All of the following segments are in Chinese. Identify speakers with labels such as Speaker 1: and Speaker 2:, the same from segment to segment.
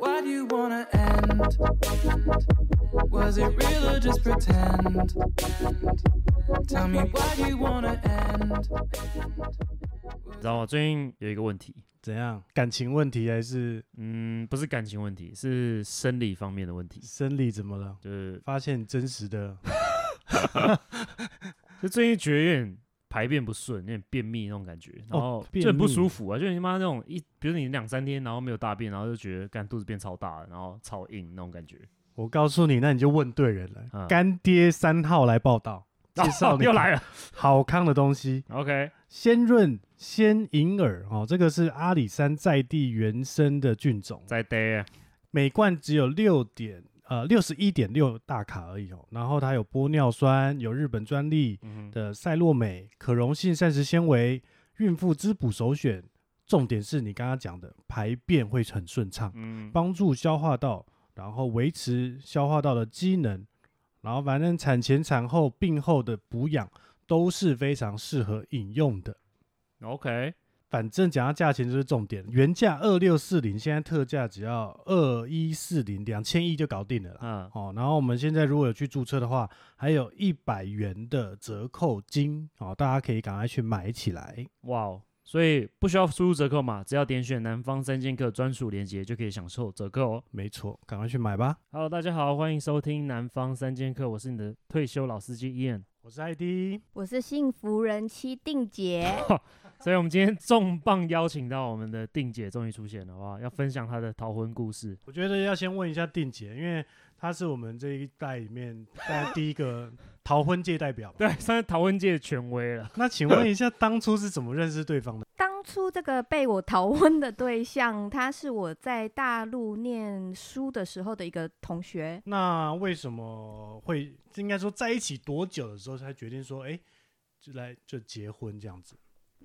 Speaker 1: how'd you wanna end? Was it real or just pretend? Tell me why do you wanna end?
Speaker 2: 你知道吗？最近有一个问题，
Speaker 3: 怎样？感情问题还是
Speaker 2: 嗯，不是感情问题，是生理方面的问题，
Speaker 3: 生理怎么了？
Speaker 2: 就是
Speaker 3: 发现真实的，
Speaker 2: 就最近觉得有点排便不顺，有点便秘那种感觉，然后
Speaker 3: 哦便
Speaker 2: 就很不
Speaker 3: 秘
Speaker 2: 舒服啊，就你妈那种一，比如你两三天然后没有大便，然后就觉得干肚子变超大了，然后超硬那种感觉。
Speaker 3: 我告诉你，那你就问对人了。
Speaker 2: 嗯啊
Speaker 3: 干爹三号来 报道，介绍
Speaker 2: 哦
Speaker 3: 你
Speaker 2: 又来了
Speaker 3: 好康的东西，
Speaker 2: ，OK，
Speaker 3: 鲜润鲜银耳哦，这个是阿里山在地原生的菌种，
Speaker 2: 再逮啊，
Speaker 3: 每罐只有六点呃六十一点六大卡而已哦。然后它有玻尿酸，有日本专利
Speaker 2: 嗯哼，
Speaker 3: 的赛洛美，可溶性膳食纤维，孕妇滋补首选。重点是你刚刚讲的排便会很顺畅，
Speaker 2: 嗯，
Speaker 3: 帮助消化道，然后维持消化道的机能，然后反正产前、产后、病后的补养都是非常适合饮用的。
Speaker 2: OK，
Speaker 3: 反正讲到价钱就是重点，原价二六四零，现在特价只要二一四零，两千亿就搞定了啦。
Speaker 2: 嗯，
Speaker 3: 哦，然后我们现在如果有去注册的话，还有一百元的折扣金哦，大家可以赶快去买起来。
Speaker 2: 哇哦，所以不需要输入折扣码，只要点选南方三剑客专属链接就可以享受折扣哦。
Speaker 3: 没错，赶快去买吧。
Speaker 2: Hello，大家好，欢迎收听南方三剑客，我是你的退休老司机 Ian。
Speaker 3: 我是 ID，
Speaker 4: 我是幸福人妻定杰，
Speaker 2: 所以，我们今天重磅邀请到我们的定姐终于出现了，好不好？要分享她的逃婚故事。
Speaker 3: 我觉得要先问一下定姐，因为她是我们这一代里面大概第一个逃婚界代表嘛。
Speaker 2: 对，算是逃婚界的权威了。
Speaker 3: 那请问一下，当初是怎么认识对方的？
Speaker 4: 当初这个被我逃婚的对象，他是我在大陆念书的时候的一个同学。
Speaker 3: 那为什么会应该说在一起多久的时候才决定说，哎、就来就结婚这样子？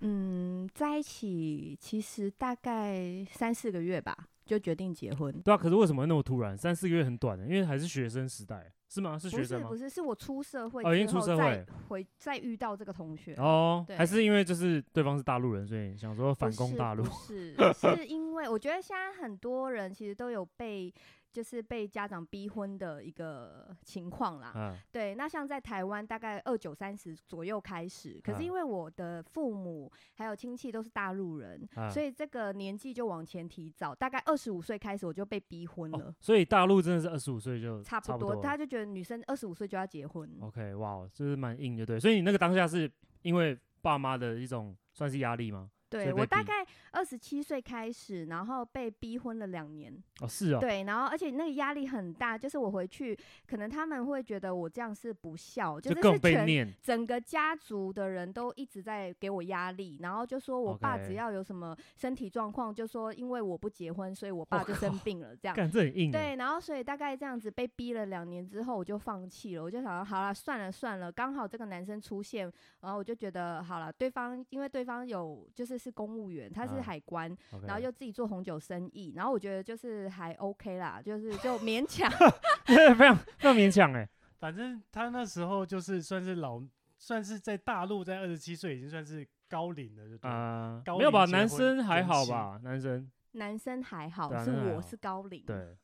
Speaker 4: 嗯，在一起其实大概三四个月吧，就决定结婚。
Speaker 2: 对啊，可是为什么会那么突然？三四个月很短的，欸因为还是学生时代，是吗？是
Speaker 4: 不
Speaker 2: 学
Speaker 4: 是
Speaker 2: 生吗
Speaker 4: 不？是，是我出社会
Speaker 2: 哦已经
Speaker 4: 之
Speaker 2: 出
Speaker 4: 后
Speaker 2: 社
Speaker 4: 再
Speaker 2: 会
Speaker 4: 回再遇到这个同学。
Speaker 2: 哦，
Speaker 4: 对
Speaker 2: 还是因为就是对方是大陆人，所以想说
Speaker 4: 不
Speaker 2: 反攻
Speaker 4: 是
Speaker 2: 大陆
Speaker 4: 不。是，是因为我觉得现在很多人其实都有被就是被家长逼婚的一个情况啦。
Speaker 2: 啊，
Speaker 4: 对，那像在台湾大概二九三十左右开始，可
Speaker 2: 啊
Speaker 4: 是因为我的父母还有亲戚都是大陆人，
Speaker 2: 啊
Speaker 4: 所以这个年纪就往前提早，大概二十五岁开始我就被逼婚了，
Speaker 2: 哦，所以大陆真的是二十五岁就
Speaker 4: 差
Speaker 2: 不
Speaker 4: 不多，
Speaker 2: 了
Speaker 4: 他就觉得女生二十五岁就要结婚。
Speaker 2: OK，哇哦，就是蛮硬，就对。所以你那个当下是因为爸妈的一种算是压力吗？所
Speaker 4: 对
Speaker 2: 以被
Speaker 4: 我大
Speaker 2: 逼
Speaker 4: 概二十七岁开始，然后被逼婚了两年，
Speaker 2: 哦，是哦，
Speaker 4: 对，然后而且那个压力很大，就是我回去，可能他们会觉得我这样是不孝，
Speaker 2: 就
Speaker 4: 就是
Speaker 2: 各种
Speaker 4: 是
Speaker 2: 被
Speaker 4: 全
Speaker 2: 念。
Speaker 4: 整个家族的人都一直在给我压力，然后就说我爸
Speaker 2: OK
Speaker 4: 只要有什么身体状况，就说因为我不结婚，所以我爸就生病了这样。
Speaker 2: 干，这很硬欸。
Speaker 4: 对，然后所以大概这样子被逼了两年之后，我就放弃了。我就想说，好了，算了算了，刚好这个男生出现，然后我就觉得好了，对方因为对方有就是是公务员，他是
Speaker 2: 啊
Speaker 4: 海关，
Speaker 2: OK，
Speaker 4: 然后又自己做红酒生意，然后我觉得就是还 OK 啦，就是就勉强
Speaker 2: 非常非常勉强哎。
Speaker 3: 反正他那时候就是算是老，算是在大陆在二十七岁已经算是高龄了， 就对了。
Speaker 2: 啊、
Speaker 3: 高
Speaker 2: 没有吧？
Speaker 3: 龄结
Speaker 2: 男
Speaker 3: 婚
Speaker 2: 生还
Speaker 3: 前
Speaker 2: 好
Speaker 3: 妻
Speaker 2: 吧？男生
Speaker 4: 男生还好，
Speaker 2: 对啊
Speaker 4: 是
Speaker 2: 男生还
Speaker 4: 我
Speaker 2: 好
Speaker 4: 是高龄，
Speaker 2: 对。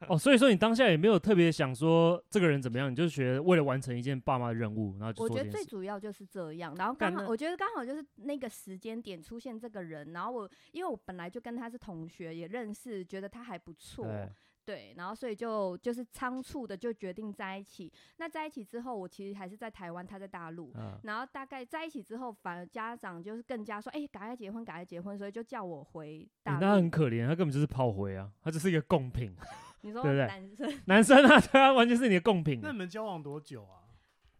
Speaker 2: 哦，所以说你当下也没有特别想说这个人怎么样，你就觉得为了完成一件爸妈的任务，然后就
Speaker 4: 我
Speaker 2: 做
Speaker 4: 觉
Speaker 2: 这件
Speaker 4: 得最
Speaker 2: 事。
Speaker 4: 主要就是这样，然后
Speaker 2: 干
Speaker 4: 刚好，
Speaker 2: 那
Speaker 4: 我觉得刚好就是那个时间点出现这个人，然后我因为我本来就跟他是同学，也认识，觉得他还不错，
Speaker 2: 对，啊
Speaker 4: 对，然后所以就就是仓促的就决定在一起。那在一起之后，我其实还是在台湾，他在大陆，
Speaker 2: 嗯，
Speaker 4: 然后大概在一起之后，反而家长就是更加说，哎、赶快结婚，赶快结婚，所以就叫我回
Speaker 2: 欸
Speaker 4: 大
Speaker 2: 那
Speaker 4: 陆。
Speaker 2: 很可怜，他根本就是炮灰啊，他只是一个贡品，
Speaker 4: 你说
Speaker 2: 对不对
Speaker 4: 男生，
Speaker 2: 男生啊，对啊，完全是你的贡品
Speaker 3: 那你们交往多久啊？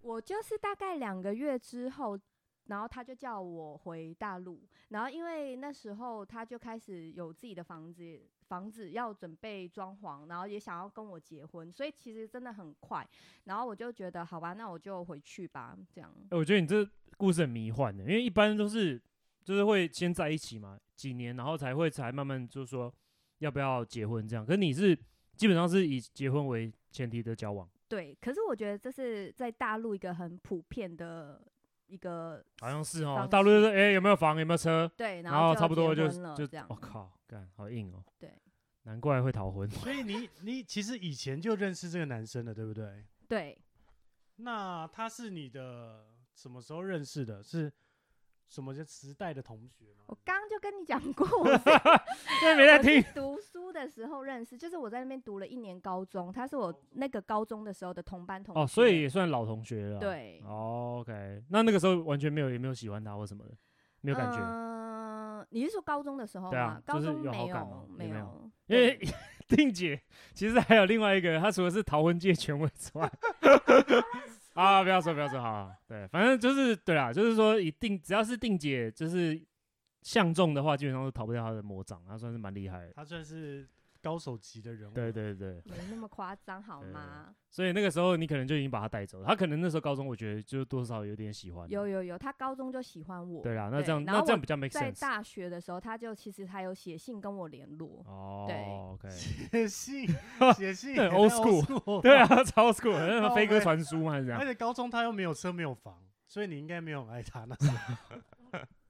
Speaker 4: 我就是大概两个月之后，然后他就叫我回大陆，然后因为那时候他就开始有自己的房子，房子要准备装潢，然后也想要跟我结婚，所以其实真的很快。然后我就觉得好吧，那我就回去吧，这样。
Speaker 2: 欸我觉得你这故事很迷幻的，欸因为一般都是就是会先在一起嘛，几年，然后才会才慢慢就是说要不要结婚这样。可是你是基本上是以结婚为前提的交往，
Speaker 4: 对，可是我觉得这是在大陆一个很普遍的一个
Speaker 2: 好像是哦
Speaker 4: 方。
Speaker 2: 大陆就是
Speaker 4: 式
Speaker 2: 哎、欸有没有房有没有车，
Speaker 4: 对，
Speaker 2: 然后
Speaker 4: 就
Speaker 2: 差不多
Speaker 4: 结
Speaker 2: 就
Speaker 4: 婚了
Speaker 2: 就
Speaker 4: 这样
Speaker 2: 我、。靠，干好硬哦。
Speaker 4: 对，
Speaker 2: 难怪会逃 婚。
Speaker 3: 所以你你其实以前就认识这个男生了，对不对？
Speaker 4: 对，
Speaker 3: 那他是你的什么时候认识的？是什么时代的同学吗？
Speaker 4: 我刚刚就跟你讲过， 我是
Speaker 2: 对，没在听。
Speaker 4: 读书的时候认识，就是我在那边读了一年高中，他是我那个高中的时候的同班同学。
Speaker 2: 哦，所以也算老同学了啊。
Speaker 4: 对
Speaker 2: 哦，OK，那那个时候完全没有也没有喜欢他或什么的，没有感觉，
Speaker 4: 嗯、你是说高中的时候
Speaker 2: 对啊
Speaker 4: 吗？高
Speaker 2: 就是
Speaker 4: 中
Speaker 2: 有好
Speaker 4: 没
Speaker 2: 感吗
Speaker 4: 没
Speaker 2: 也没有
Speaker 4: 有，
Speaker 2: 因为 定姐其实还有另外一个，她除了是逃婚界权威之 外，啊，不要说不要说，好啊，对，反正就是对啦，就是说一定只要是定姐就是相中的话，基本上都逃不掉她的魔掌，她算是蛮厉害的。
Speaker 3: 他算是高手级的人物。
Speaker 2: 对。对对，
Speaker 4: 没那么夸张好
Speaker 2: 对
Speaker 4: 吗？
Speaker 2: 所以那个时候你可能就已经把她带走了，她可能那时候高中，我觉得就多少有点喜欢了。
Speaker 4: 有有有，他高中就喜欢我。
Speaker 2: 对啦，那
Speaker 4: 对
Speaker 2: 这样
Speaker 4: 然
Speaker 2: 那
Speaker 4: 后
Speaker 2: 这样
Speaker 4: 我
Speaker 2: 比较 make
Speaker 4: 在
Speaker 2: sense。
Speaker 4: 大学的时候，他就其实还有写信跟我联络。
Speaker 2: 哦
Speaker 4: 对
Speaker 2: ，OK，
Speaker 3: 写 信，写信
Speaker 2: 对
Speaker 3: 也太
Speaker 2: old school 对啊，超 school，那
Speaker 3: 靠
Speaker 2: 飞鸽
Speaker 3: 背
Speaker 2: 传书嘛，还是这样
Speaker 3: 而。且高中他又没有车没有房，所以你应该没有很爱他那时候。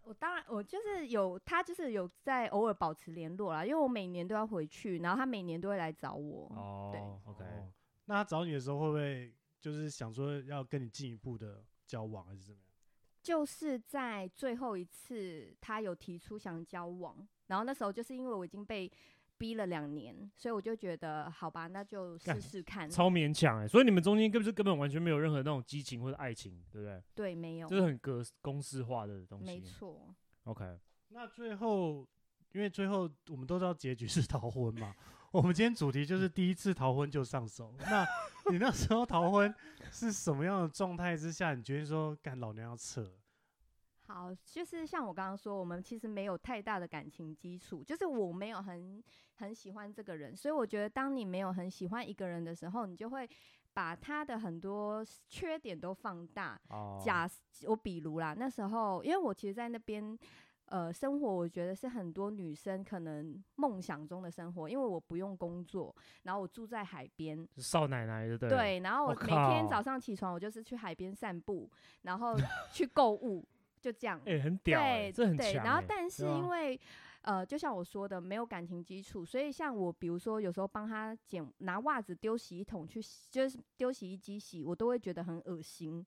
Speaker 4: 我当然，我就是有他，就是有在偶尔保持联络啦，因为我每年都要回去，然后他每年都会来找我。
Speaker 2: 哦，OK，
Speaker 3: 哦那他找你的时候会不会就是想说要跟你进一步的交往还是怎么样？
Speaker 4: 就是在最后一次他有提出想交往，然后那时候就是因为我已经被逼了两年，所以我就觉得好吧，那就
Speaker 2: 干
Speaker 4: 试试看。
Speaker 2: 超勉强哎、所以你们中间根本就根本完全没有任何那种激情或者爱情，对不对？
Speaker 4: 对，没有
Speaker 2: 这，是很格公式化的东
Speaker 4: 没
Speaker 2: 西。
Speaker 4: 错，
Speaker 2: OK，
Speaker 3: 那最后，因为最后我们都知道结局是逃婚 嘛，我们今天主题就是第一次逃婚就上手。那你那时候逃婚是什么样的状态之下，你决定说干老娘要撤了？
Speaker 4: 好，就是像我刚刚说，我们其实没有太大的感情基础，就是我没有很很喜欢这个人，所以我觉得当你没有很喜欢一个人的时候，你就会把他的很多缺点都放大。
Speaker 2: 哦，
Speaker 4: 假我比如啦，那时候因为我其实，在那边。呃，生活我觉得是很多女生可能梦想中的生活，因为我不用工作，然后我住在海边，
Speaker 2: 是少奶奶的对了。
Speaker 4: 对，然后我
Speaker 2: 我
Speaker 4: 每天
Speaker 2: 靠
Speaker 4: 早上起床，我就是去海边散步，然后去购物，就这样。
Speaker 2: 哎、很屌、欸，
Speaker 4: 对，
Speaker 2: 这很强、
Speaker 4: 对。
Speaker 2: 欸。
Speaker 4: 然后，但是
Speaker 2: 对啊
Speaker 4: 因为、呃，就像我说的，没有感情基础，所以像我，比如说有时候帮他捡拿袜子丢洗衣桶去洗，就是丢洗衣机洗，我都会觉得很恶心。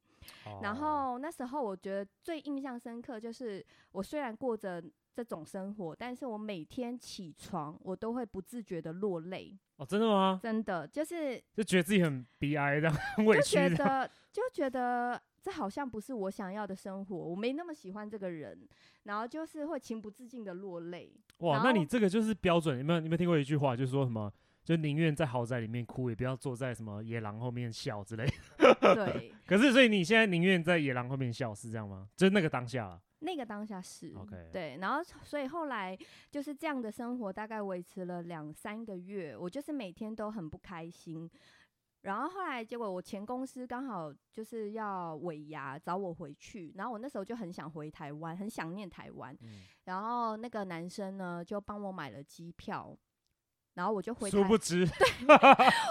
Speaker 4: 然
Speaker 2: 哦
Speaker 4: 后那时候我觉得最印象深刻就是，我虽然过着这种生活，但是我每天起床，我都会不自觉的落泪，
Speaker 2: 哦，真的吗？
Speaker 4: 真的就是
Speaker 2: 就觉得自己很悲哀，这样很委
Speaker 4: 就
Speaker 2: 屈
Speaker 4: 觉
Speaker 2: 这样。
Speaker 4: 得就觉得这好像不是我想要的生活，我没那么喜欢这个人，然后就是会情不自禁的落泪。
Speaker 2: 哇，
Speaker 4: 然
Speaker 2: 那你
Speaker 4: 后
Speaker 2: 这个就是标准，有没有？你有没有听过一句话，就是说什么？就宁愿在豪宅里面哭，也不要坐在什么野狼后面笑之类的。
Speaker 4: 对，
Speaker 2: 可是，所以你现在宁愿在野狼后面笑，是这样吗？就是那个当下啦。
Speaker 4: 那个当下是
Speaker 2: OK
Speaker 4: 对，然后所以后来就是这样的生活，大概维持了两三个月，我就是每天都很不开心。然后后来结果我前公司刚好就是要尾牙找我回去，然后我那时候就很想回台湾，很想念台湾。
Speaker 2: 嗯，
Speaker 4: 然后那个男生呢就帮我买了机票，然后我就回台
Speaker 2: 殊，不知，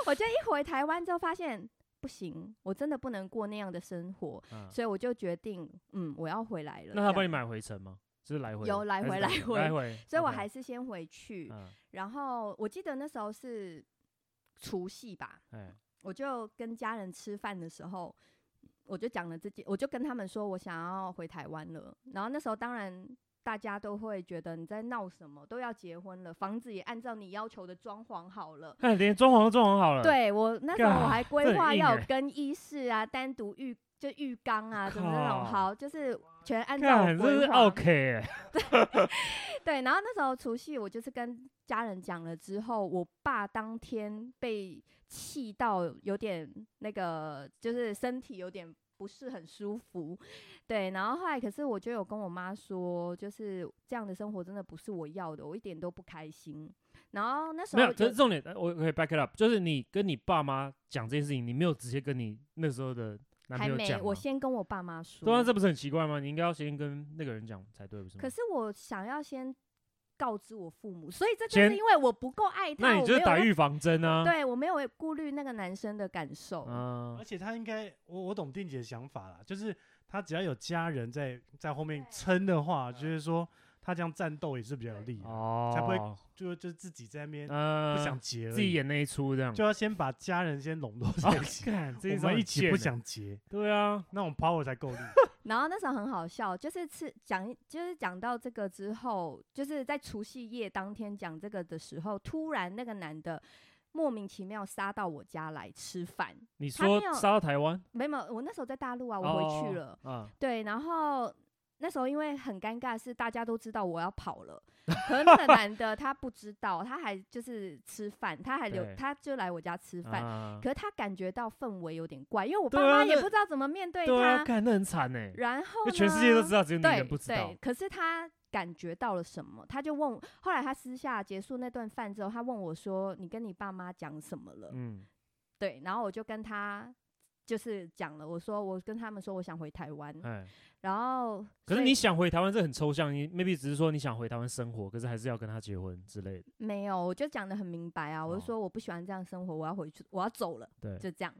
Speaker 4: 我就一回台湾之后发现不行，我真的不能过那样的生活，
Speaker 2: 嗯
Speaker 4: 所以我就决定，嗯，我要回来了。
Speaker 2: 那他
Speaker 4: 这
Speaker 2: 帮你
Speaker 4: 样
Speaker 2: 买回程吗？就是来回
Speaker 4: 有
Speaker 2: 的还
Speaker 4: 来
Speaker 2: 是
Speaker 4: 回来
Speaker 2: 回，来
Speaker 4: 回
Speaker 2: 回。
Speaker 4: 所以我
Speaker 2: OK
Speaker 4: 还是先回去。
Speaker 2: 嗯，
Speaker 4: 然后我记得那时候是除夕吧，
Speaker 2: 哎，
Speaker 4: 我就跟家人吃饭的时候，我就讲了自己，我就跟他们说我想要回台湾了。然后那时候当然大家都会觉得你在闹什么，都要结婚了，房子也按照你要求的装潢好了。
Speaker 2: 哎，连装潢都装潢好了，，
Speaker 4: 对我那时候我 还
Speaker 2: 这
Speaker 4: 规
Speaker 2: 很
Speaker 4: 划
Speaker 2: 硬
Speaker 4: 要
Speaker 2: 欸
Speaker 4: 有更衣室啊、单独浴就浴缸啊什么那
Speaker 2: 靠
Speaker 4: 种，好就是全按照
Speaker 2: 看
Speaker 4: 我
Speaker 2: 这
Speaker 4: 规
Speaker 2: 是
Speaker 4: 划。
Speaker 2: OK，哎
Speaker 4: 对，然后那时候除夕我就是跟家人讲了之后，我爸当天被气到有点那个，就是身体有点不是很舒服。对，然后后来可是我就有跟我妈说，就是这样的生活真的不是我要的，我一点都不开心。然后那时
Speaker 2: 没
Speaker 4: 候
Speaker 2: 有，这
Speaker 4: 有
Speaker 2: 是重点，呃我可以 back it up，就是你跟你爸妈讲这件事情，你没有直接跟你那时候的男
Speaker 4: 还
Speaker 2: 朋友
Speaker 4: 没，
Speaker 2: 讲吗，
Speaker 4: 我先跟我爸妈说。
Speaker 2: 对啊，这不是很奇怪吗？你应该要先跟那个人讲才对，不是吗？
Speaker 4: 可是我想要先告知我父母，所以这就
Speaker 2: 先
Speaker 4: 是因为我不够爱他，
Speaker 2: 那
Speaker 4: 我
Speaker 2: 你就是
Speaker 4: 没有
Speaker 2: 打
Speaker 4: 在
Speaker 2: 预防针啊，，
Speaker 4: 对我没有顾虑那个男生的感受。
Speaker 2: 嗯
Speaker 3: 而，且他应该，我我懂
Speaker 2: 嗯
Speaker 3: 定姐的想法啦，就是他只要有家人在在后面撑的话，就是说他这样战斗也是比较有力啊，
Speaker 2: 哦，
Speaker 3: 才不会就就自己在那边
Speaker 2: 呃
Speaker 3: 不想结而已，
Speaker 2: 自己演那一出这样
Speaker 3: 就。要先把家人先笼络
Speaker 2: 啊
Speaker 3: 在 一起，
Speaker 2: 看，这一
Speaker 3: 我
Speaker 2: 招
Speaker 3: 们一
Speaker 2: 很
Speaker 3: 起
Speaker 2: 贱
Speaker 3: 不
Speaker 2: 欸
Speaker 3: 想结，
Speaker 2: 对啊，
Speaker 3: 那种 power 才够力。
Speaker 4: 然后那时候很好笑，就是吃讲，就是讲到这个之后，就是在除夕夜当天讲这个的时候，突然那个男的莫名其妙杀到我家来吃饭。
Speaker 2: 你
Speaker 4: 他
Speaker 2: 说
Speaker 4: 没有
Speaker 2: 杀到台湾，
Speaker 4: 没有，没有我那时候在大陆啊，我回去了。
Speaker 2: 哦啊，
Speaker 4: 对，然后那时候因为很尴尬，是大家都知道我要跑了，可是那 个男的他不知道，他还就是吃饭，他还留
Speaker 2: 对，
Speaker 4: 他就来我家吃饭。
Speaker 2: 啊
Speaker 4: 可是他感觉到氛围有点怪，因为我爸
Speaker 2: 对啊
Speaker 4: 妈也
Speaker 2: 那
Speaker 4: 不知道怎么面对他。
Speaker 2: 对啊，看那很惨哎，
Speaker 4: 然后
Speaker 2: 就全世界都
Speaker 4: 呢
Speaker 2: 知道，只有你一个
Speaker 4: 对
Speaker 2: 人不知道
Speaker 4: 对，。可是他感觉到了什么，他就问我。后来他私下结束那顿饭之后，他问我说：“你跟你爸妈讲什么了？”
Speaker 2: 嗯，
Speaker 4: 对，然后我就跟他就是讲了，我说我跟他们说我想回台湾，
Speaker 2: 哎，
Speaker 4: 然后
Speaker 2: 可
Speaker 4: 所
Speaker 2: 是
Speaker 4: 以
Speaker 2: 你想回台湾，这很抽象。你 maybe 只是说你想回台湾生活，可是还是要跟他结婚之类的。
Speaker 4: 没有，我就讲的很明白啊，我
Speaker 2: 哦
Speaker 4: 就说我不喜欢这样生活，我要回去，我要走了，
Speaker 2: 对，
Speaker 4: 就这样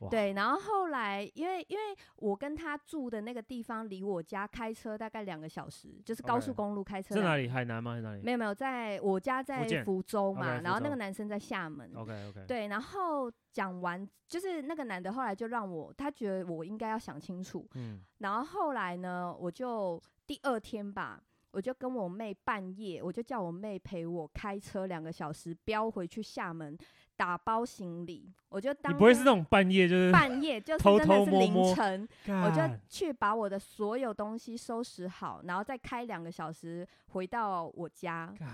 Speaker 2: 哇。
Speaker 4: 对，然后后来，因为因为我跟他住的那个地方离我家开车大概两个小时，就是高
Speaker 2: OK
Speaker 4: 速公路开车
Speaker 2: 在
Speaker 4: 两
Speaker 2: 哪里？海南吗？还是哪里
Speaker 4: 没有没有，在我家在
Speaker 2: 建
Speaker 4: 福州嘛
Speaker 2: OK，
Speaker 4: 然后
Speaker 2: 福
Speaker 4: 那个
Speaker 2: 州
Speaker 4: 男生在厦门。
Speaker 2: ？OK OK，，
Speaker 4: 对，然后讲完，就是那个男的后来就让我，他觉得我应该要想清楚。
Speaker 2: 嗯，
Speaker 4: 然后后来呢，我就第二天吧，我就跟我妹半夜，我就叫我妹陪我开车两个小时飙回去厦门，打包行李。我就当
Speaker 2: 你不会是
Speaker 4: 天
Speaker 2: 那种半夜就是
Speaker 4: 半 夜，就是
Speaker 2: 偷
Speaker 4: 真
Speaker 2: 偷
Speaker 4: 的是
Speaker 2: 摸摸
Speaker 4: 凌晨，我 就
Speaker 2: 干
Speaker 4: 去把我的所有东西收拾好，然后再开两个小时回到我家。
Speaker 2: 干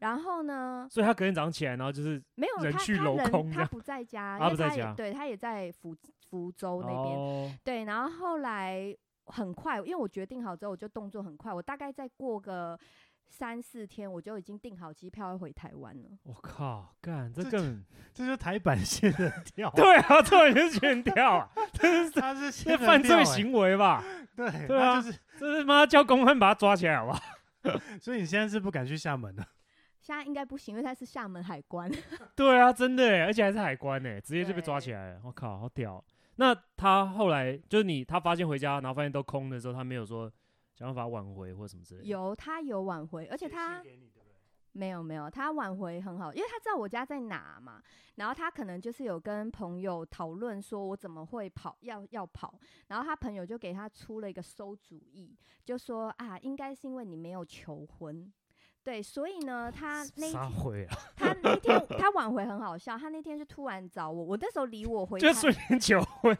Speaker 4: 然后呢，
Speaker 2: 所以他隔天早上起来，然后就是
Speaker 4: 没有
Speaker 2: 人
Speaker 4: 他
Speaker 2: 去
Speaker 4: 他
Speaker 2: 楼
Speaker 4: 人
Speaker 2: 空这
Speaker 4: 他
Speaker 2: 样
Speaker 4: 不在家，
Speaker 2: 啊
Speaker 4: 因为
Speaker 2: 不在
Speaker 4: 他也
Speaker 2: 家
Speaker 4: 对他也在福福州那边。
Speaker 2: 哦
Speaker 4: 对，然后后来很快，因为我决定好之后，我就动作很快，我大概再过个三四天，我就已经订好机票要回台湾了。
Speaker 2: 我靠，干这
Speaker 3: 这
Speaker 2: 更，
Speaker 3: 这就是台版仙人跳
Speaker 2: 对啊，这完全是选掉啊，
Speaker 3: 他是仙
Speaker 2: 这
Speaker 3: 人跳
Speaker 2: 犯罪
Speaker 3: 欸，
Speaker 2: 行为吧？
Speaker 3: 对，
Speaker 2: 对
Speaker 3: 他
Speaker 2: 啊
Speaker 3: 就是。
Speaker 2: 这是妈叫公安把他抓起来好不好？
Speaker 3: 所以你现在是不敢去厦门了，
Speaker 4: 现在应该不行，因为它是厦门海关。
Speaker 2: 对啊，真的欸，而且还是海关呢，直接就被抓
Speaker 4: 对
Speaker 2: 起来了。我靠，好屌！那他后来就是你，他发现回家，然后发现都空的时候，他没有说想办法挽回或什么之类的。
Speaker 4: 有他有挽回，而且他没有没有，他挽回很好，因为他知道我家在哪嘛，然后他可能就是有跟朋友讨论说我怎么会跑，要要跑，然后他朋友就给他出了一个馊主意，就说啊，应该是因为你没有求婚，对，所以 呢，他那一
Speaker 2: 撒
Speaker 4: 天
Speaker 2: 回啊，
Speaker 4: 他那天他挽回很好笑，他那天就突然找我，我那时候离我回
Speaker 2: 就
Speaker 4: 台
Speaker 2: 瞬间求婚，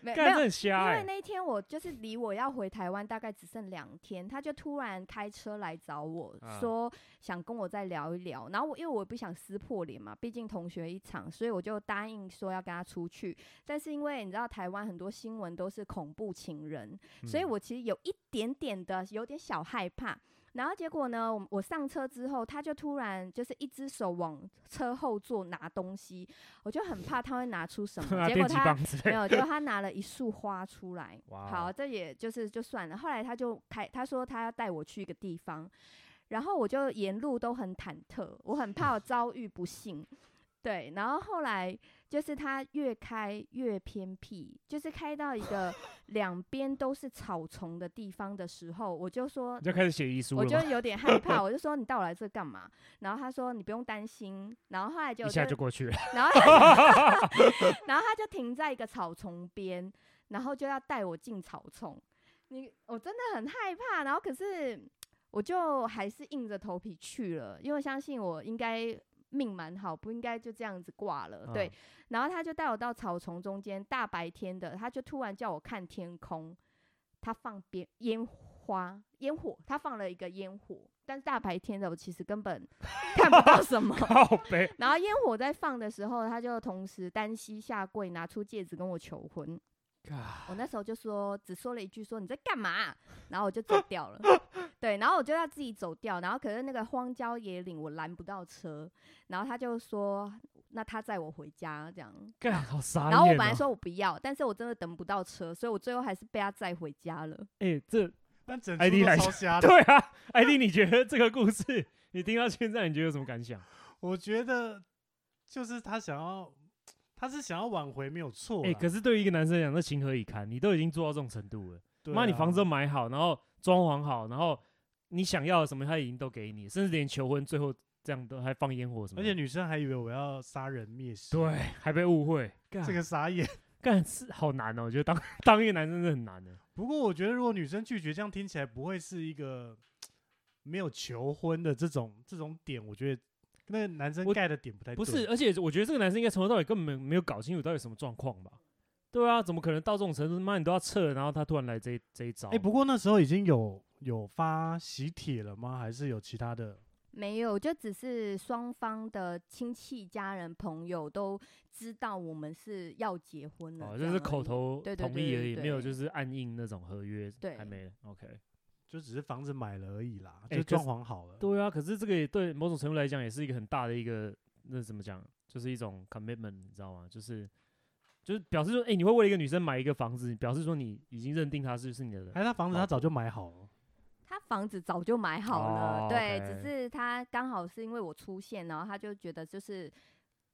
Speaker 4: 没 没
Speaker 2: 干
Speaker 4: 有
Speaker 2: 这很瞎
Speaker 4: 因为
Speaker 2: 哎。
Speaker 4: 那一天我就是离我要回台湾大概只剩两天，他就突然开车来找我、
Speaker 2: 啊
Speaker 4: 说想跟我再聊一聊，然后我因为我不想撕破脸嘛，毕竟同学一场，所以我就答应说要跟他出去。但是因为你知道台湾很多新闻都是恐怖情人，所以
Speaker 2: 嗯
Speaker 4: 我其实有一点点的有点小害怕。然后结果呢，我我上车之后，他就突然就是一只手往车后座拿东西，我就很怕他会拿出 什么，
Speaker 2: 拿
Speaker 4: 结果
Speaker 2: 啊电击
Speaker 4: 他
Speaker 2: 棒之类
Speaker 4: 没
Speaker 2: 的。
Speaker 4: 有，就他拿了一束花出来。
Speaker 2: 哇哦
Speaker 4: 好，这也就是就算了。后来他就开，他说他要带我去一个地方，然后我就沿路都很忐忑，我很怕我遭遇不幸。对，然后后来就是他越开越偏僻，就是开到一 个两边都是草丛的地方的时候，我就说
Speaker 2: 你就开始写遗书
Speaker 4: 我
Speaker 2: 了
Speaker 4: 就
Speaker 2: 吗，
Speaker 4: 有点害怕，我 就说你带我来这干嘛？然后他说你不用担心。然后后来就
Speaker 2: 一下
Speaker 4: 就
Speaker 2: 就过去了。
Speaker 4: 然后他，然后他就停在一个草丛边，然后就要带我进草丛。你我真的很害怕，然后可是我就还是硬着头皮去了，因为我相信我应该命蛮好，不应该就这样子挂了。对
Speaker 2: 嗯，，
Speaker 4: 然后他就带我到草丛中间，大白天的，他就突然叫我看天空，他放鞭烟花。烟火，他放了一个烟火，但是大白天的我其实根本 看不到什么。
Speaker 2: 靠背，
Speaker 4: 然后烟火在放的时候，他就同时单膝下跪，拿出戒指跟我求婚。
Speaker 2: 干
Speaker 4: 我那时候就说，只说了一句说你在干嘛啊、然后我就走掉了。对，然后我就要自己走掉，然后可是那个荒郊野岭我拦不到车，然后他就说，那他载我回家这样。
Speaker 2: 干好傻眼。哦
Speaker 4: 然后我本来，说我不要，但是我真的等不到车，所以我最后还是被他载回家了。
Speaker 2: 哎，这
Speaker 3: 但整
Speaker 2: ID
Speaker 3: 出
Speaker 2: 哎来
Speaker 3: 都超瞎 的。
Speaker 2: 对啊，艾迪，你觉得这个故事，你听到现在，你觉得有什么感想？
Speaker 3: 我觉得就是他想要，他是想要挽回没有错啦。
Speaker 2: 哎，可是 对于一个男生来讲，那情何以堪？你都已经做到这种程度了。
Speaker 3: 对
Speaker 2: 妈，你
Speaker 3: 啊
Speaker 2: 房子都买好，然后装潢好，然后你想要的什么他已经都给你，甚至连求婚最后这样都还放烟火什么
Speaker 3: 而
Speaker 2: 的，
Speaker 3: 且女生还以为我要杀人灭尸，
Speaker 2: 对，啊还被误会，干
Speaker 3: 这个傻眼。
Speaker 2: 干是好难哦，我觉得当当一个男生是很难欸的，
Speaker 3: 不过我觉得，如果女生拒绝，这样听起来不会是一个没有求婚的这种这种点，我觉得那个男生
Speaker 2: 我
Speaker 3: 盖的点不太对。
Speaker 2: 不是，而呃且我觉得这个男生应该从头到尾根本没有搞清楚到底什么状况吧。对啊，怎么可能到这种程度？妈，你都要撤，然后他突然来这一这一招。
Speaker 3: 哎、不过那时候已经有有发喜帖了吗？还是有其他的？
Speaker 4: 没有，就只是双方的亲戚、家人、朋友都知道我们是要结婚了，
Speaker 2: 哦，
Speaker 4: 这
Speaker 2: 就
Speaker 4: 样
Speaker 2: 是
Speaker 4: 而
Speaker 2: 口
Speaker 4: 已
Speaker 2: 头
Speaker 4: 对对
Speaker 2: 同意
Speaker 4: 对
Speaker 2: 而已，
Speaker 4: 对
Speaker 2: 没有就是暗印那种合约，
Speaker 4: 对
Speaker 2: 还没 OK。
Speaker 3: 就只是房子买了而已啦，
Speaker 2: 哎
Speaker 3: 就
Speaker 2: 可
Speaker 3: 装
Speaker 2: 是
Speaker 3: 潢好了。
Speaker 2: 对啊，可是这个也对某种程度来讲也是一个很大的一个，那怎么讲，就是一种 commitment，你知道吗？就是就是表示说，哎、你会为了一个女生买一个房子，表示说你已经认定她是是你的人。
Speaker 3: 哎，他房子
Speaker 2: 好
Speaker 3: 他早就买好了，
Speaker 4: 他房子早就买好
Speaker 2: 哦
Speaker 4: 了，对
Speaker 2: OK
Speaker 4: 只是他刚好是因为我出现，然后他就觉得就是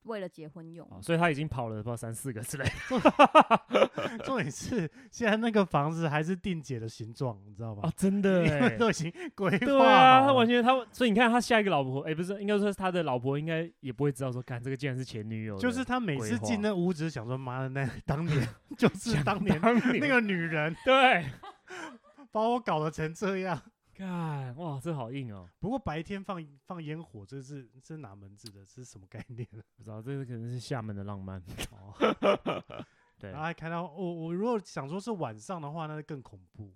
Speaker 4: 为了结婚用。
Speaker 2: 哦，所以她已经跑了不知道三四个之类的。
Speaker 3: 重点是现在那个房子还是定姐的形状，你知道 吧
Speaker 2: 哦，？真的
Speaker 3: 因为
Speaker 2: 哎、
Speaker 3: 都已经规划
Speaker 2: 对啊，
Speaker 3: 好
Speaker 2: 他
Speaker 3: 了
Speaker 2: 完全他，所以你看他下一个老婆，哎、不是，应该说是他的老婆，应该也不会知道说，干这个竟然是前女友的，
Speaker 3: 就是他每
Speaker 2: 规
Speaker 3: 次进
Speaker 2: 划
Speaker 3: 那屋，只是想说妈的那当年 就是当年
Speaker 2: 当
Speaker 3: 那
Speaker 2: 年
Speaker 3: 个女人
Speaker 2: 对，
Speaker 3: 把我搞得成这样。
Speaker 2: 干哇，这好硬哦，
Speaker 3: 不过白天放放烟火，这是这是哪门子的？这是什么概念？
Speaker 2: 不知道这个可能是厦门的浪漫，
Speaker 3: 哦，
Speaker 2: 对
Speaker 3: 然后还看到我我如果想说是晚上的话，那就更恐怖，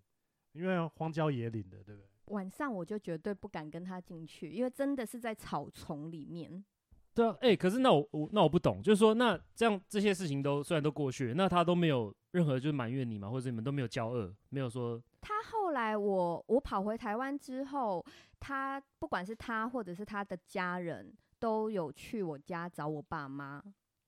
Speaker 3: 因为荒郊野岭的，对不对？
Speaker 4: 晚上我就绝对不敢跟他进去，因为真的是在草丛里面。
Speaker 2: 对啊，哎、可是那我我那我不懂，就是说那这样这些事情都虽然都过去了，那他都没有任何就是埋怨你嘛，或者你们都没有交恶，没有说
Speaker 4: 他后来我我跑回台湾之后，他不管是他或者是他的家人都有去我家找我爸妈，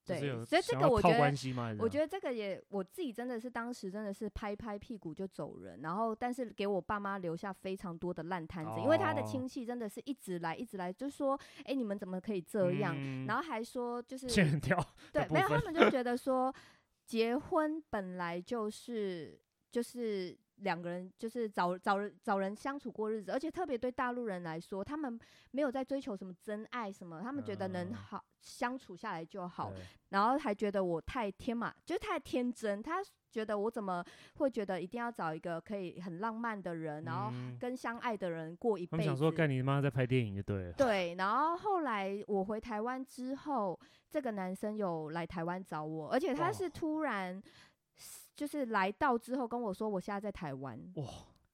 Speaker 2: 就是
Speaker 4: 对，
Speaker 2: 有
Speaker 4: 所以这
Speaker 2: 想
Speaker 4: 个
Speaker 2: 要
Speaker 4: 我觉
Speaker 2: 靠
Speaker 4: 得
Speaker 2: 关系吗？还是
Speaker 4: 我
Speaker 2: 怎
Speaker 4: 觉
Speaker 2: 样
Speaker 4: 得这个也我自己真的是当时真的是拍拍屁股就走人，然后但是给我爸妈留下非常多的烂摊子，因为他的
Speaker 2: 哦
Speaker 4: 亲戚真的是一直来一直来，就说哎、诶你们怎么可以这样，
Speaker 2: 嗯
Speaker 4: 然后还说就是
Speaker 2: 仙人跳，
Speaker 4: 对，没有
Speaker 2: 部
Speaker 4: 他
Speaker 2: 分
Speaker 4: 们就觉得说结婚本来就是就是。两个人就是找找人找人相处过日子，而且特别对大陆人来说，他们没有在追求什么真爱什么，他们觉得能
Speaker 2: 嗯
Speaker 4: 好、相处下来就好。
Speaker 2: 对
Speaker 4: 然后还觉得我太天马，就是太天真。他觉得我怎么会觉得一定要找一个可以很浪漫的人，然后
Speaker 2: 嗯
Speaker 4: 跟相爱的人过一
Speaker 2: 他
Speaker 4: 辈
Speaker 2: 们想。
Speaker 4: 子
Speaker 2: 说干你妈在拍电影就对了，
Speaker 4: 对，然后后来我回台湾之后，这个男生有来台湾找我，而且他
Speaker 2: 哇
Speaker 4: 是突然就是来到之后跟我说，我现在在台湾。
Speaker 2: 哇，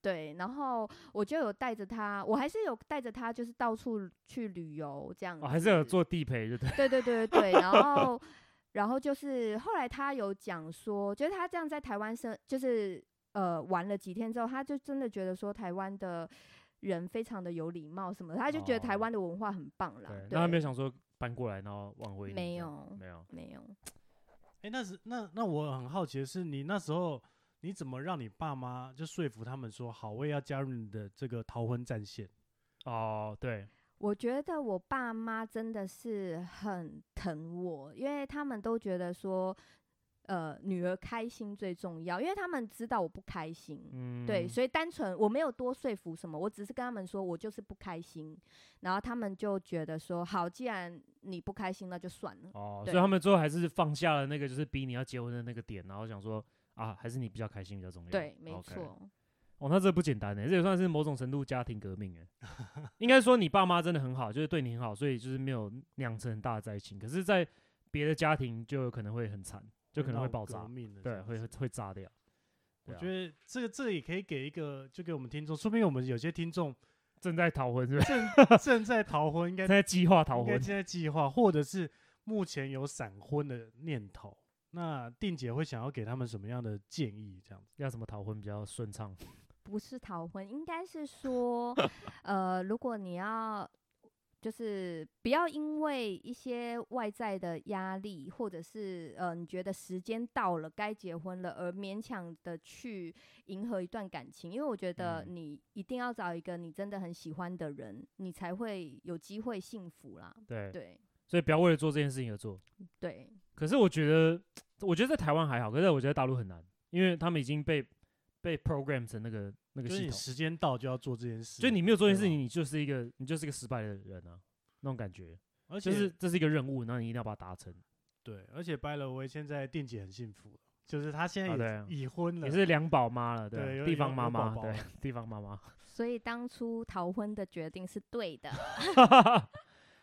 Speaker 4: 对，然后我就有带着他，我还是有带着他，就是到处去旅游这样子。
Speaker 2: 哦，还是有做地陪就对，
Speaker 4: 对对对对对，然后然后就是后来他有讲说，就是他这样在台湾生，就是呃玩了几天之后，他就真的觉得说台湾的人非常的有礼貌什么的，他就觉得台
Speaker 2: 哦
Speaker 4: 湾的文化很棒啦。
Speaker 2: 对，那
Speaker 4: 对，
Speaker 2: 他没有想说搬过来然后挽回你这
Speaker 4: 没
Speaker 2: 样，
Speaker 4: 有
Speaker 2: 没有，
Speaker 4: 没有，
Speaker 3: 哎，那是那那我很好奇的是，你那时候你怎么让你爸妈就说服他们说好，我也要加入你的这个逃婚战线？
Speaker 2: 哦，对，
Speaker 4: 我觉得我爸妈真的是很疼我，因为他们都觉得说。呃，女儿开心最重要，因为他们知道我不开心，
Speaker 2: 嗯，
Speaker 4: 对，所以单纯我没有多说服什么，我只是跟他们说我就是不开心，然后他们就觉得说好，既然你不开心，那就算了。
Speaker 2: 哦，
Speaker 4: 对
Speaker 2: 所以他们最后还是放下了那个就是逼你要结婚的那个点，然后想说啊，还是你比较开心比较重要。
Speaker 4: 对，没
Speaker 2: OK
Speaker 4: 错，
Speaker 2: 哦，那这不简单呢，这也算是某种程度家庭革命哎。 应该说你爸妈真的很好，就是对你很好，所以就是没有酿成很大的灾情。可是，在别的家庭就有可能会很惨，就可能会
Speaker 3: 闹
Speaker 2: 爆
Speaker 3: 革
Speaker 2: 炸，
Speaker 3: 命了这
Speaker 2: 对，
Speaker 3: 样
Speaker 2: 会
Speaker 3: 子
Speaker 2: 会炸掉。
Speaker 3: 我
Speaker 2: 对啊
Speaker 3: 觉得这个这个也可以给一个，就给我们听众，说不定我们有些听众
Speaker 2: 正在逃婚是 不是？
Speaker 3: 正正在逃婚，应该
Speaker 2: 正在计划逃
Speaker 3: 应该
Speaker 2: 婚，
Speaker 3: 现在计划，或者是目前有闪婚的念头。那定姐会想要给他们什么样的建议？这样子，
Speaker 2: 要怎么逃婚比较顺畅？
Speaker 4: 不是逃婚，应该是 说，呃，如果你要就是不要因为一些外在的压力，或者是呃你觉得时间到了该结婚了，而勉强的去迎合一段感情，因为我觉得
Speaker 2: 嗯
Speaker 4: 你一定要找一个你真的很喜欢的人，你才会有机会幸福啦。
Speaker 2: 对，
Speaker 4: 对
Speaker 2: 所以不要为了做这件事情而做。
Speaker 4: 对，
Speaker 2: 可是我觉得，我觉得在台湾还好，可是我觉得大陆很难，因为他们已经被被 program 成那个那个
Speaker 3: 就是
Speaker 2: 系
Speaker 3: 你
Speaker 2: 统，
Speaker 3: 时间到就要做这件事，
Speaker 2: 就你没有做这件事
Speaker 3: 对吧啊
Speaker 2: 情，你就是一个你就是一个失败的人啊，那种感觉，
Speaker 3: 而且
Speaker 2: 就是这是一个任务，那你一定要把它达成。
Speaker 3: 对，而且 by the way，现在店姐很幸福了，就是她现在
Speaker 2: 啊
Speaker 3: 也、
Speaker 2: 对啊
Speaker 3: 已婚了，
Speaker 2: 也是两宝妈了，
Speaker 3: 对
Speaker 2: 对啊，
Speaker 3: 有
Speaker 2: 地方
Speaker 3: 有
Speaker 2: 妈
Speaker 3: 有宝
Speaker 2: 妈，
Speaker 3: 宝
Speaker 2: 对
Speaker 3: 了，
Speaker 2: 地方妈妈。
Speaker 4: 所以当初逃婚的决定是对 的。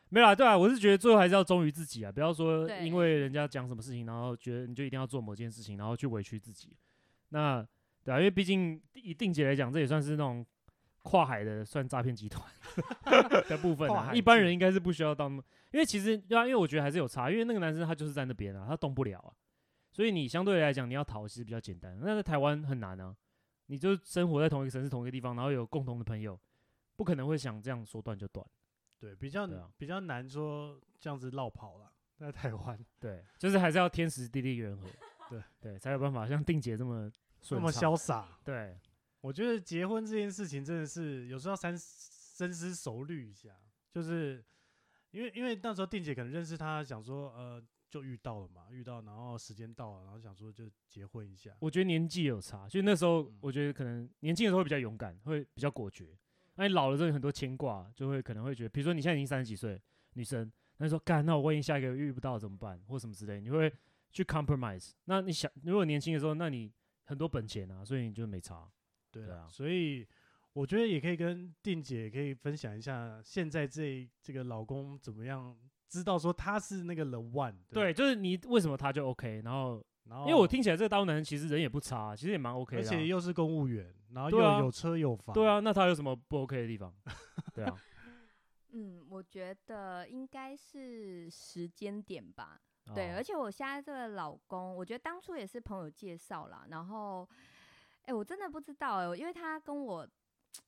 Speaker 2: 没有啦，对啊，我是觉得最后还是要忠于自己啊，不要说
Speaker 4: 对
Speaker 2: 因为人家讲什么事情，然后觉得你就一定要做某件事情，然后去委屈自己。那对啊，因为毕竟以定姐来讲，这也算是那种跨海的算诈骗集 团的部分、
Speaker 3: 跨
Speaker 2: 啊，
Speaker 3: 海
Speaker 2: 一般
Speaker 3: 界
Speaker 2: 人应该是不需要到那么，因为其实对啊，因为我觉得还是有差，因为那个男生他就是在那边啊，他动不了啊，所以你相对来讲你要逃其实比较简单，那在台湾很难啊，你就生活在同一个城市、同一个地方，然后有共同的朋友，不可能会想这样说断就断。
Speaker 3: 对比较、
Speaker 2: 对啊
Speaker 3: 比较难说这样子绕跑了，在台湾，
Speaker 2: 对，就是还是要天时地利人和
Speaker 3: 对
Speaker 2: 对，才有办法像定姐这么
Speaker 3: 那
Speaker 2: 顺
Speaker 3: 么
Speaker 2: 畅。
Speaker 3: 潇洒。
Speaker 2: 对，
Speaker 3: 我觉得结婚这件事情真的是有时候要三深思熟虑一下，就是因为因为那时候店姐可能认识他，想说呃就遇到了嘛，遇到然后时间到了，然后想说就结婚一下。
Speaker 2: 我觉得年纪有差，就那时候
Speaker 3: 嗯
Speaker 2: 我觉得可能年轻的时候会比较勇敢，会比较果决。那你老了之后有很多牵挂，就会可能会觉得，比如说你现在已经三十几岁，女生，那你说干，那我万一下一个月遇不到怎么办，或什么之类，你会去 compromise。那你想，如果年轻的时候，那你很多本钱啊，所以你就没差。
Speaker 3: 对
Speaker 2: 对
Speaker 3: 啊
Speaker 2: 啊，
Speaker 3: 所以我觉得也可以跟定姐也可以分享一下，现在这这个老公怎么样，知道说他是那个 the one 不。
Speaker 2: 对，就是你为什么他就 OK，然后
Speaker 3: 然后
Speaker 2: 因为我听起来这个大陆男人其实人也不差，其实也蛮 OK
Speaker 3: 哦而
Speaker 2: 的啊、
Speaker 3: 且又是公务员，然后又
Speaker 2: 对啊
Speaker 3: 有车有房，
Speaker 2: 对啊，，那他有什么不 OK 的地方？对啊，
Speaker 4: 嗯，我觉得应该是时间点吧。对，
Speaker 2: 哦
Speaker 4: 而且我现在这个老公，我觉得当初也是朋友介绍啦，然后，哎、我真的不知道哎、因为他跟我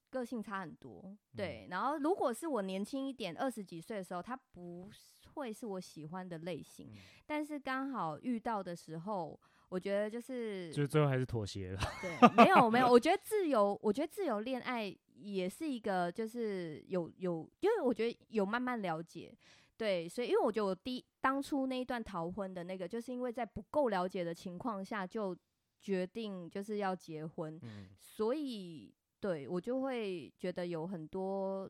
Speaker 4: 个性差很多，
Speaker 2: 嗯
Speaker 4: 对。然后如果是我年轻一点，二十几岁的时候，他不是会是我喜欢的类型，
Speaker 2: 嗯
Speaker 4: 但是刚好遇到的时候，我觉得就是
Speaker 2: 就最后还是妥协了。
Speaker 4: 对，没有没有，我觉得自由，我觉得自由恋爱也是一个，就是有有，因为我觉得有慢慢了解，对，所以因为我觉得我第当初那一段逃婚的那个，就是因为在不够了解的情况下就决定就是要结婚，
Speaker 2: 嗯，
Speaker 4: 所以对我就会觉得有很多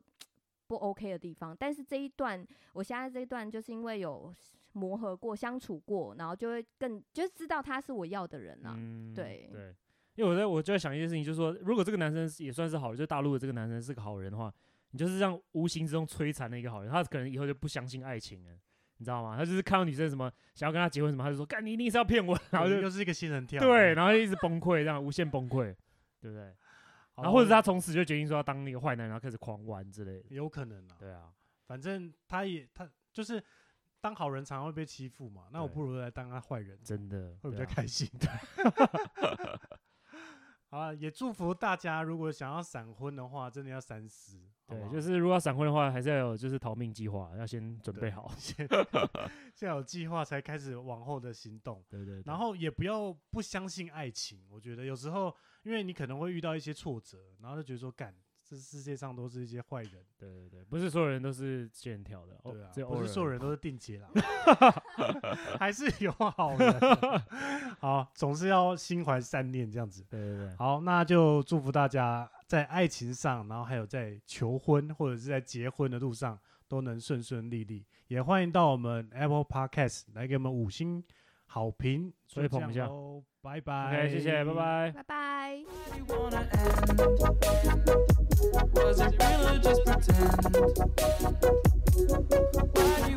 Speaker 4: 不 OK 的地方。但是这一段，我现在这一段就是因为有磨合过、相处过，然后就会更就是知道他是我要的人了、
Speaker 2: 嗯
Speaker 4: 对
Speaker 2: 对，因为我在我就在想一件事情，就是说，如果这个男生是也算是好人，就大陆的这个男生是个好人的话，你就是这样无形之中摧残了一个好人，他可能以后就不相信爱情了，你知道吗？他就是看到女生什么想要跟他结婚什么，他就说，干你一定是要骗我，然后就
Speaker 3: 又是一个新人跳，
Speaker 2: 对，，然后就一直崩溃，这样无限崩溃，对不对？然后或
Speaker 3: 哦
Speaker 2: 者是他从此就决定说要当那个坏男人，然后开始狂玩之类的。
Speaker 3: 有可能啊，
Speaker 2: 对啊，
Speaker 3: 反正他也他就是当好人常常会被欺负嘛，那我
Speaker 2: 对
Speaker 3: 不如来当他坏人，
Speaker 2: 真的
Speaker 3: 会比
Speaker 2: 对
Speaker 3: 较
Speaker 2: 啊
Speaker 3: 开心。 好啊，也祝福大家，如果想要闪婚的话，真的要三思。好不
Speaker 2: 对，
Speaker 3: 好
Speaker 2: 就是如果要闪婚的话，还是要有就是逃命计划，要先准备好。
Speaker 3: 先先有计划，才开始往后的行动。
Speaker 2: 对对
Speaker 3: 然后也不要不相信爱情，我觉得有时候因为你可能会遇到一些挫折，然后就觉得说，干，这世界上都是一些坏人，
Speaker 2: 对对对，不是所有人都是仙人跳的，哦
Speaker 3: 对啊，
Speaker 2: 只有偶
Speaker 3: 不是
Speaker 2: 尔
Speaker 3: 所有人都是定结 啦， 还是有好人。 好，总是要心怀善念这样子。
Speaker 2: 对对对，
Speaker 3: 好，那就祝福大家在爱情上，然后还有在求婚或者是在结婚的路上都能顺顺利利。也欢迎到我们 Apple Podcast 来给我们五星好评，
Speaker 2: 吹捧
Speaker 3: 就
Speaker 2: 一
Speaker 3: 这
Speaker 2: 下
Speaker 3: 样喽，拜拜。
Speaker 2: ，OK，谢谢，拜拜。
Speaker 4: 拜拜。
Speaker 1: Did you wanna end? Was it real or just pretend? Why